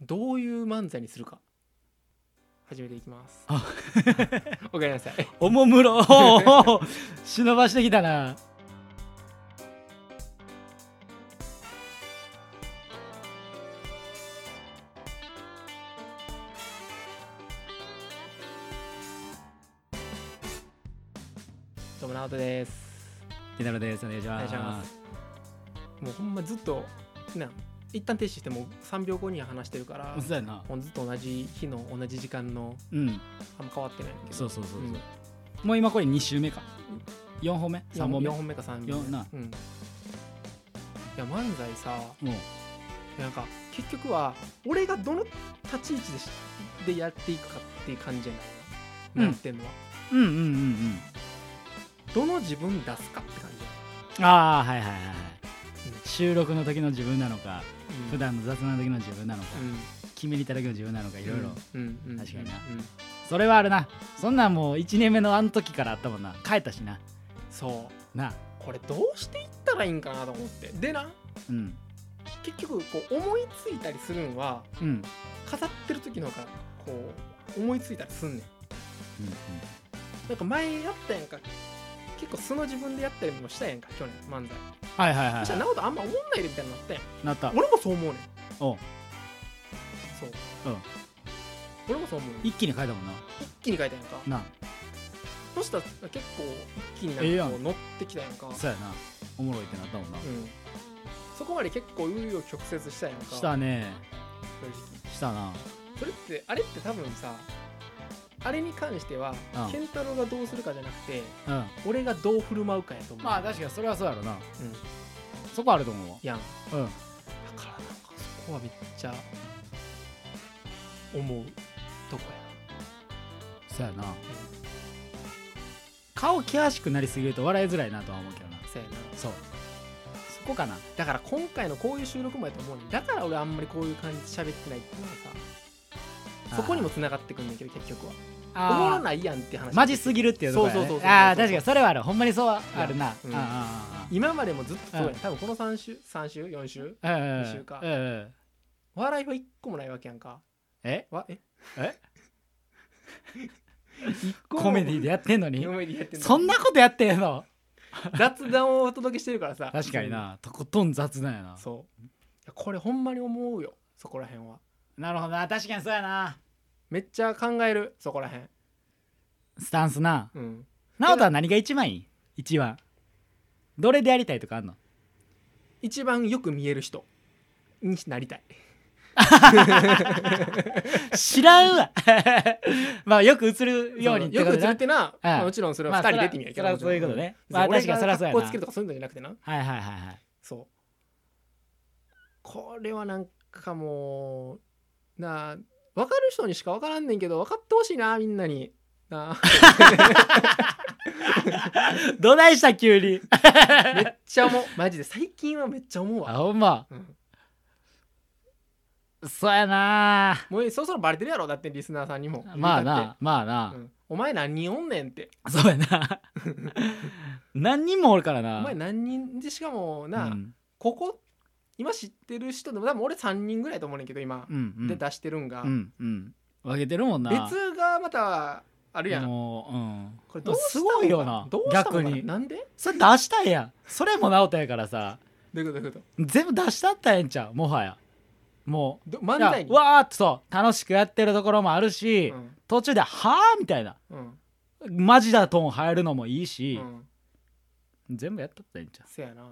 どういう漫才にするか始めていきます あおかえりなさいおもむ ろおーおー忍ばしてきたなどうも直人ですケタロですお願いしおま願いすしますもうほんまずっとな一旦停止してもう3秒後には話してるからそうやなもうずっと同じ日の同じ時間のうんあんま変わってないんだけどそうそうそうそう、うんもう今これ2週目か4本目3本目4本目か3よ本目なうん、いや漫才さもうなんか結局は俺がどの立ち位置でしでやっていくかっていう感じじゃないうなんってんのは、うんうんうんどの自分出すかって感じやうんああはいはいはいはいうん収録の時の自分なのかうん普段の雑談の時の自分なのかうん決めに行った時の自分なのかいろいろうんうん確かになうんそれはあるなそんなんもう1年目のあの時からあったもんな帰ったしなそうなこれどうしていったらいいんかなと思ってでなうん結局こう思いついたりするんはうんうん飾ってる時の方がこう思いついたりすんねんなんか前やったやんか結構素の自分でやったりもしたやんか去年漫才はいはいはそいしたら直は人あんま思んないでみたいになったやんいなった俺もそう思うねんおうそう、うん俺もそう思うねん一一気に帰ったもんな気に書いたやんかなそしたら結構一気にええやなんかんこう乗ってきたやんかそうやなおもろいってなったもんな、うんそこまで結構紆余曲折したやんかしたね正直したなそれってあれって多分さあれに関してはうん健太郎がどうするかじゃなくてうん俺がどう振る舞うかやと思うまあ確かにそれはそうやろなうんそこあると思やんうわうんだからなんかそこはめっちゃ思うとこそうやなやうん顔険しくなりすぎると笑いづらいなとは思うけどなそうやなそうそこかなだから今回のこういう収録もやと思うねんだから俺あんまりこういう感じで喋ってないっていうのはさそこにもつながってくんだけど結局はおもろああないやんって話マジすぎるっていうところ、ね、そうそうそうそうああ確かにそれはあるほんまにそうあるなうんああ今までもずっとそうやうんん多分この3週3週4週ああああうんうん一週かうんうん笑いは1個もないわけやんかえわええ一個もコメディでやってんのにコメディやってんのそんなことやってんの雑談をお届けしてるからさ確かになとことん雑なんやなそういやこれほんまに思うよそこら辺はなるほどな確かにそうやなめっちゃ考えるそこら辺スタンスなうん直人は何が一番いい一番どれでやりたいとかあんの一番よく見える人になりたい知らんわ まあよく映るようにそのよく映るなってな、うんまあもちろんそれは2人でって意味やけどまあそらそういうことねままああ確確かにそかにれそらはそそやううやななつけるとかそういうのじゃなくてなはいはいはいはいそうこれはなんかもうなあ分かる人にしか分からんねんけど分かってほしいなみんなになどないした急にあめっちゃ思うマジで最近はめっちゃ思うあわ、ほんまうんそうやなもうそろそろバレてるやろだってリスナーさんにもまあだってなまあなう、んお前何人おんねんってそうやな何人もおるからなお前何人でしかもな、うんここ今知ってる人でも多分俺3人ぐらいと思うねんけど今う、んうんで出してるんが、うんうん分けてるもんな別がまたあるやんもううんこれどうしたすのごいよなどうしたのか逆になんでそれ出したんやんそれも直人やからさどういうことどういうこ全部出したったらええんちゃうもはやもとどう漫才いにやわーっとそう楽しくやってるところもあるし、うん途中で「はあ」みたいなうんマジだトーン入るのもいいうし、ん全部やったったらええんちゃせやな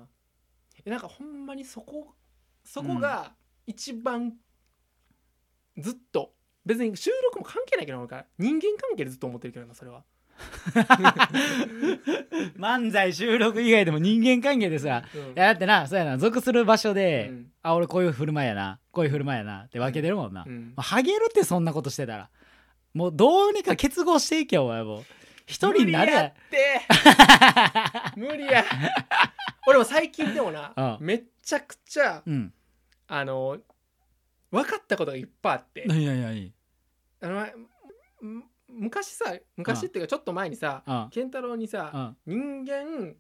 えなんかほんまにそこそこが一番ずっと別に収録も関係ないけど俺から人間関係でずっと思ってるけどなそれはう漫才収録以外でも人間関係でさうんいやだってなそうやな属する場所うで、んあ俺こういう振る舞いやなこういう振る舞いやなって分けてるもんな、うんまあハゲるってそんなことしてたらもうどうにか結合していけよお前もう一人にな無理やっれて無理や 俺も最近でもなうめっちゃくちゃ うんあの分かったことがいっぱいあって何何何あのむ昔さ昔っていうかちょっと前にさうん健太郎にうさん人間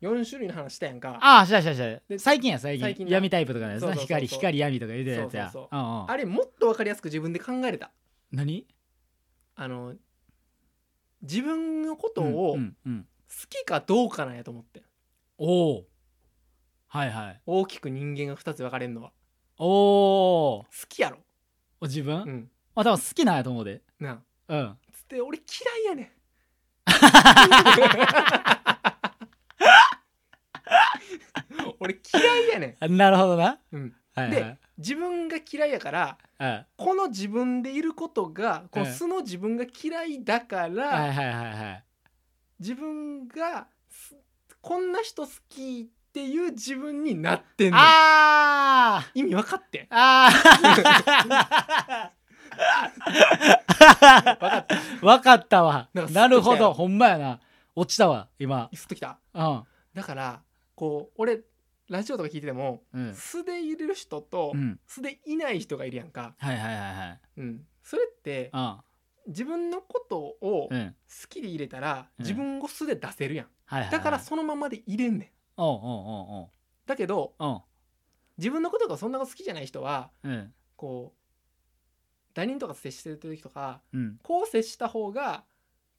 4種類の話したやん かあああしたしたしたで最近や最近最近な闇タイプとかのやつそうなそうそうそう光光闇とか言うてるやつやそうそううんうんれもっと分かりやすく自分で考えれた何あの自分のことをう好んうんうんきかどうかなんやと思っておおはいはい大きく人間が2つ分かれるのはおお好きやろ自分、うんあ多分好きなんやと思うでなあうんつって俺嫌いや ねん俺嫌いやねなるほどな。ん、うん、はいはいで自分が嫌いやからうんこの自分でいることがこのうん素の自分が嫌いだから、はいはいはいはい。自分がすこんな人好きっていう自分になってんのあー意味分かってんあ分かったーわかったわなんか。なるほすっときたど。よほんまやな。落ちたわ、今。すっときたうん。だからこう俺ラジオとか聞いててもうん。素でいる人とうん。素でいない人がいるやんか、はいはいはいはい。うん、それって自分のことをうん。う好きん。で入れたらうん自分を素で出せるやんはいはいはい。だからそのままで入れんねんうんうんうんだけどうん。自分のことがそんな好きじゃない人はうん。うん。こう他人とか接してる時とかうん。こう接した方が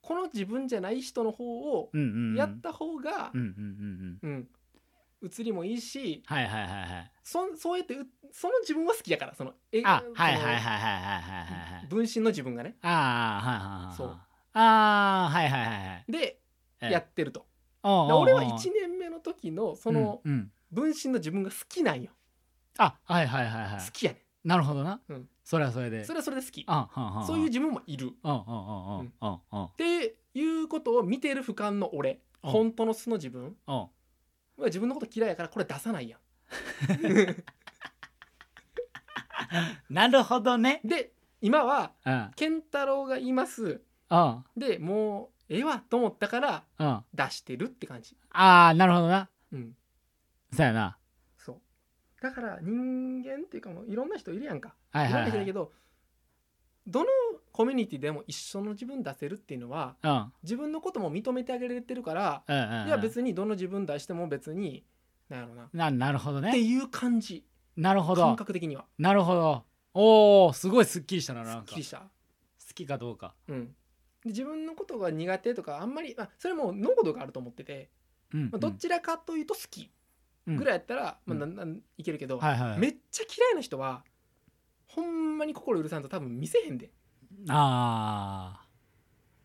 この自分じゃない人の方をうんうんうん。やった方がうんうんうんうん。うん、映りもいいしはいはいはいはい。そそうやってうその自分は好きやからそのえあ、そのはいはいはいはいはいはいはい。分身の自分がねああ、はいはいはい。そう。ああ、はいはいはいはい。でええやってるとおうおうおだうから俺は1年目の時のそのうんうん分身の自分が好きなんよあはいはいはいは好いきやねなるほどな、うんそれはそれでんそれはそれで好きあはんはんはんそういう自分もいるっうんうんうんうんうんうんうんていうことを見てる俯瞰の俺うん本当の素の自分うんは自分のこと嫌いやからこれ出さないやなるほどねんで今はうん健太郎がいますうんでもうええわと思ったからうんあ出してるって感じあーなるほどなうんそうやなそうだから人間っていうかもういろんな人いるやんか、はいいろはんないは人いいるけどどのコミュニティでも一緒の自分出せるっていうのはうんうん自分のことも認めてあげれてるから、うんうんいや別にどの自分出しても別になんやろな、ななるほどってねいう感じなるほ感ど覚的にはなるほどおおすごいすっきりしたなすなっんかきりした、好きかどうかうん、で自分のことが苦手とかあんまり、まあ、それも濃度があると思ってて、うんうんまあ、どちらかというと好きぐらいやったら、うんまあ、なんなんいけるけど、はいはいめっちゃ嫌いな人はほんまに心許さんと多分見せへんであ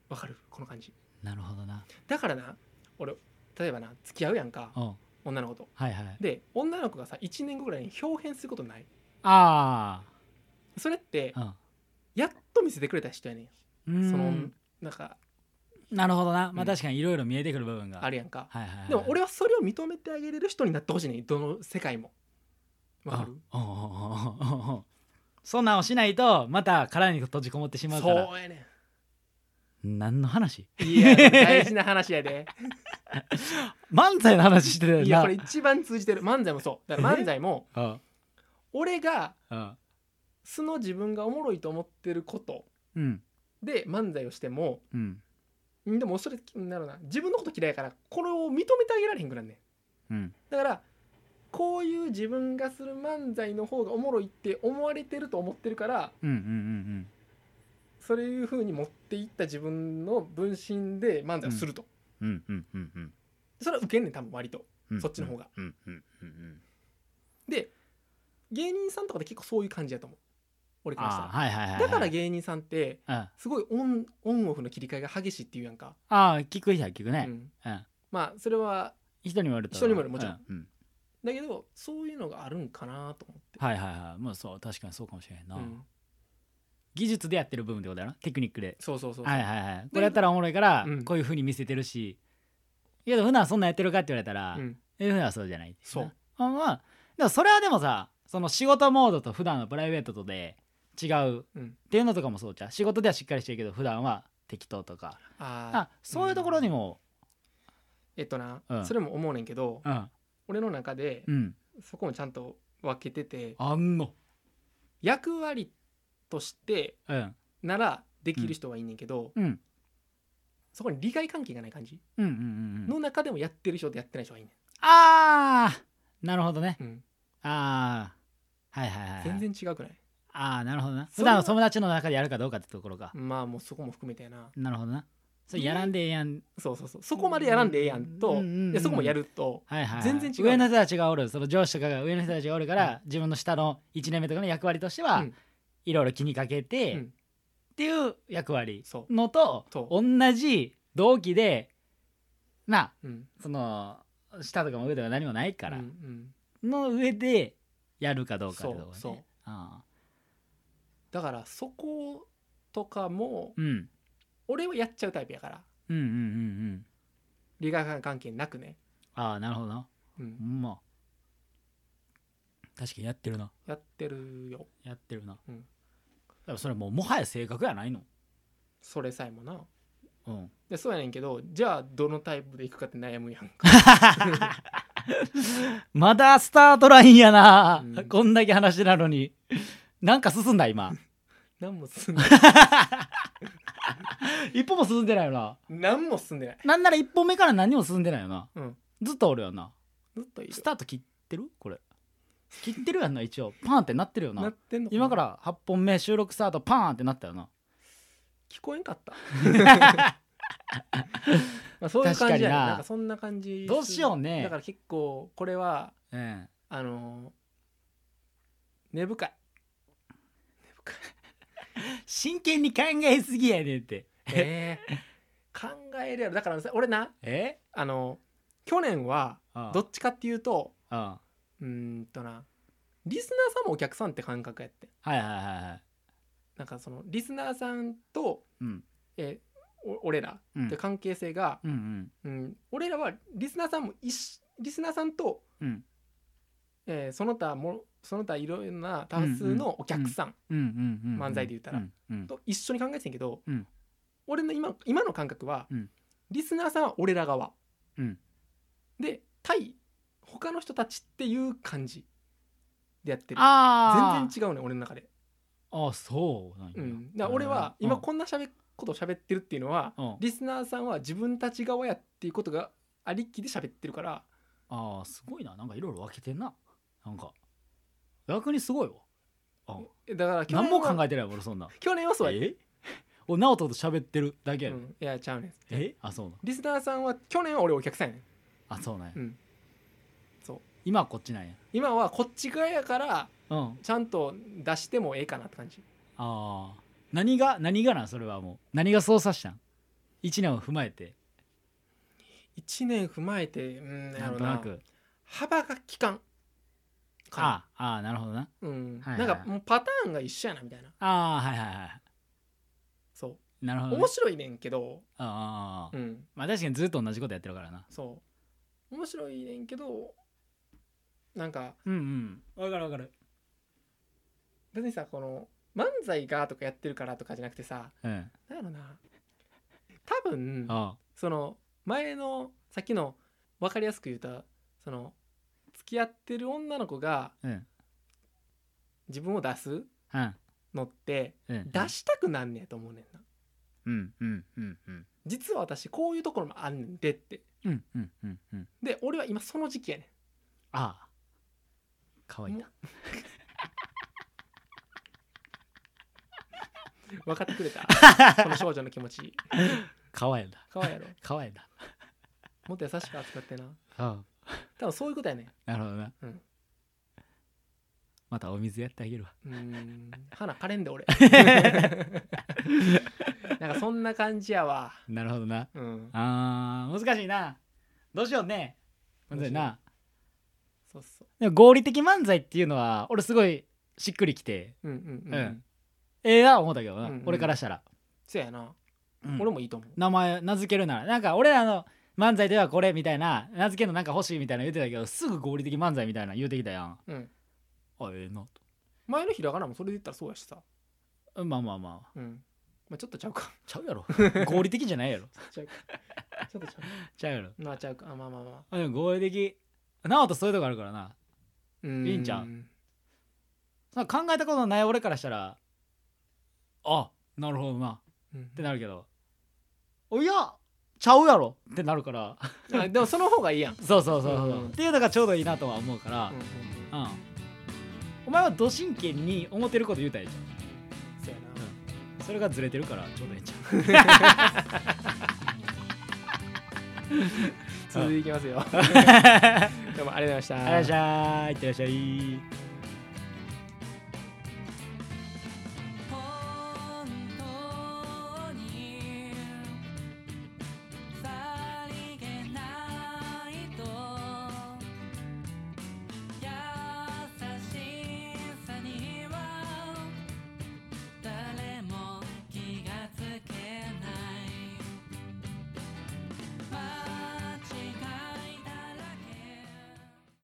わかるこの感じあなるほどなだからな俺例えばな付き合うやんかうん女の子とはいはいで女の子がさ1年後ぐらいに表変することないあそれってあやっと見せてくれた人やねんうんそのうんなんかなるほどな、うまあん確かにいろいろ見えてくる部分があるやんかはいはいはい、でも俺はそれを認めてあげれる人になってほしいねんどの世界もわかるあうんうんうんうんうんうんそんなんをしないとまた殻に閉じこもってしまうからそうやね何の話んい や大事な話やで漫才の話してたよないやこれ一番通じてる漫才もそうだから漫才もうん俺がうん素の自分がおもろいと思ってることうんで漫才をしてもうんんでもそれなるな自分のこと嫌いやからこれを認めてあげられへんくなんねんうんだからこういう自分がする漫才の方がおもろいって思われてると思ってるからうんうんうんそういう風に持っていった自分の分身で漫才をすると、うんうんうんうんうんそれは受けんねん多分割とうんそっちの方がうんうんうんうんで芸人さんとかで結構そういう感じやと思う俺からしたあら、ーはいはいはいはいだから芸人さんってうんすごいオンオンオフの切り替えが激しいっていうやんか、あー聞く人は聞くうねんうん、まあそれは人にもよると人にもよるもちろんううんだけどそういうのがあるんかなと思って、はいはいはいまあそう確かにそうかもしれないな、うん技術でやってる部分ってことやなテクニックでそうそうそうそう、はいはいはいこれやったらおもろいからうんこういうふうに見せてるし、いやでも普段そんなんやってるかって言われたら、うんえ普段はそうじゃないそうあまあでもそれはでもさその仕事モードと普段のプライベートとで違うっうんていうのとかもそうじゃん仕事ではしっかりしてるけど普段は適当とかあーあそういうところにもえっとな、うんそれも思うねんけど、うん俺の中でうんそこもちゃんと分けててあんの役割としてうんならできる人はいいねんけど、うんそこに利害関係がない感じうんうんうんうんの中でもやってる人とやってない人がいいねあーなるほどねん、うん、ああはいはいはいはい全然違うくないああなるほどなそ普れは段の友達の中でやるかどうかってところか、まあもうそこも含めてやななるほどなそれやらんでええやん、そうそうそうそこまでやらんでええやんと、うんうんうんうんでそこもやるとはいはいはい、全然違う上の人たちがおるその上司とかが上の人たちがおるから、自分の下の1年目とかの役割としては、うんいろいろ気にかけて、うんっていう役割そのとと同じ同期でなう、うん、その下とかも上とか何もないから、うんうんの上でやるかどうかってところねそうそうあだからそことかもーうん俺はやっちゃうタイプやからうんうんうんうん利害関係なくね、ああなるほどなうんほ、んま確かにやってるなやってるよやってるな、うんだからそれもうもはや性格やないのそれさえもなうんでそうやねんけどじゃあどのタイプでいくかって悩むやんか まだスタートラインやな、うんこんだけ話なのになんか進んだ今何も進んでない一歩も進んでないよな何も進んでないなんなら一歩目から何も進んでないよな、うんずっとおるよなずっといいよスタート切ってるこれ切ってるやんな一応パーンってなってるよななってんの今からら8本目収録スタートパーンってなったよな聞こえんかった まあそういう感じやね確かんにななんかそんな感じどうしようねだから結構これはうんあのー根深い真剣に考えすぎやねんってええ考えるやろだからさ俺なえあの去年はああどっちかっていうとあうーんとなリスナーさんもお客さんって感覚やってんあはいはいはいはいなんかそのリスナーさんと、うんえーお俺らうんって関係性が、うんうんうん俺らはリスナーさんも一緒リスナーさんと、うんえーその他もその他いろいろな多数のお客さんうんうんうんうん漫才で言ったらうんうんと一緒に考えてんけど、うん俺の今今の感覚は、うんリスナーさんは俺ら側、うんで対他の人たちっていう感じでやってるああ全然違うね俺の中で、ああそうなんや、うん、だから俺は今こんなしゃべことを喋ってるっていうのは、うん、うんリスナーさんは自分たち側やっていうことがありきで喋ってるからああすごいななんかいろいろ分けてんななんか逆にすごいわあえだから去何年も考はえてないわ俺そんな去年はそうやってえお直人と喋ってるだけやうで、ん、いやちゃうねんえあそうなんリスナーさんは去年は俺お客さんやねんあそうなんや、うんそう今はこっちなんや今はこっち側やからうんちゃんと出してもええかなって感じああ何が何がなんそれはもう何が操作したん一年を踏まえて1年踏まえてうんやなろんうとななく幅が期間かなああああなるほどなうん、はいはいなんかもうパターンが一緒やなみたいなああはいはいはそいなるほうどね、面白いねんけど、ああああああうん、まあ確かにずっと同じことやってるからなそう面白いねんけどなんかうんうんわかるわかる別にさこの漫才がとかやってるからとかじゃなくてさうんなんやろな多分あその前のさっきの分かりやすく言うたその付き合ってる女の子があうん自分を出すうんのってうん出したくなんねやと思うねんなうんうんうんうん実は私こういうところもあんねんでってうんうんうんうんで俺は今その時期やねああかわいいなん分かってくれ たこの少女の気持ちかわいいなかわいいやろかわいいなもっと優しく扱ってなあ多分そういうことやねんあなるほどな、うんまたお水やってあげるわうーん花枯れんで俺 なんかそんな感じやわなるほどなうんあー難しいなどうしようねむずいなそうそでも合理的漫才っていうのは俺すごいしっくりきてううんうんうん、うんええな思ったけどな、うんうん俺からしたら、そうやな、うん俺もいいと思う名前名付けるならなんか俺らの漫才ではこれみたいな名付けるのなんか欲しいみたいな言ってたけどすぐ合理的漫才みたいな言うてきたやんうんあええな前のひらがなもそれで言ったらそうやしさとまあまあまあうんまあちょっとちゃう かちゃうやろ合理的じゃないやろちゃうかちょっとちゃちゃうやろうまあちゃうかあまあまあまああでも合理的直人そういうとこあるからなうーいいんちゃうなんか考えたことのない俺からしたらあなるほどなうんってなるけどおいやちゃうやろってなるからあでもその方がいいやん、そうそうそうそう、うんっていうのがちょうどいいなとは思うから うんうんうん、お前はど真剣に思ってること言うたらいいじそうやなゃんそれがずれてるからちょうどいいんちゃ う続いていきますよどうもありがとうございましたあらっしゃいいってらっしゃい